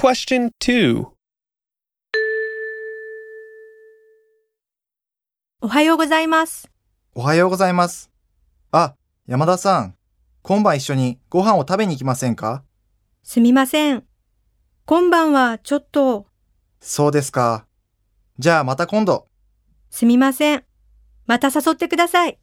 Question 2. おはようございます。おはようございます。あ、山田さん。今晩一緒にご飯を食べに行きませんかすみません。今晩はちょっと、そうですか。じゃあまた今度。すみません。また誘ってください。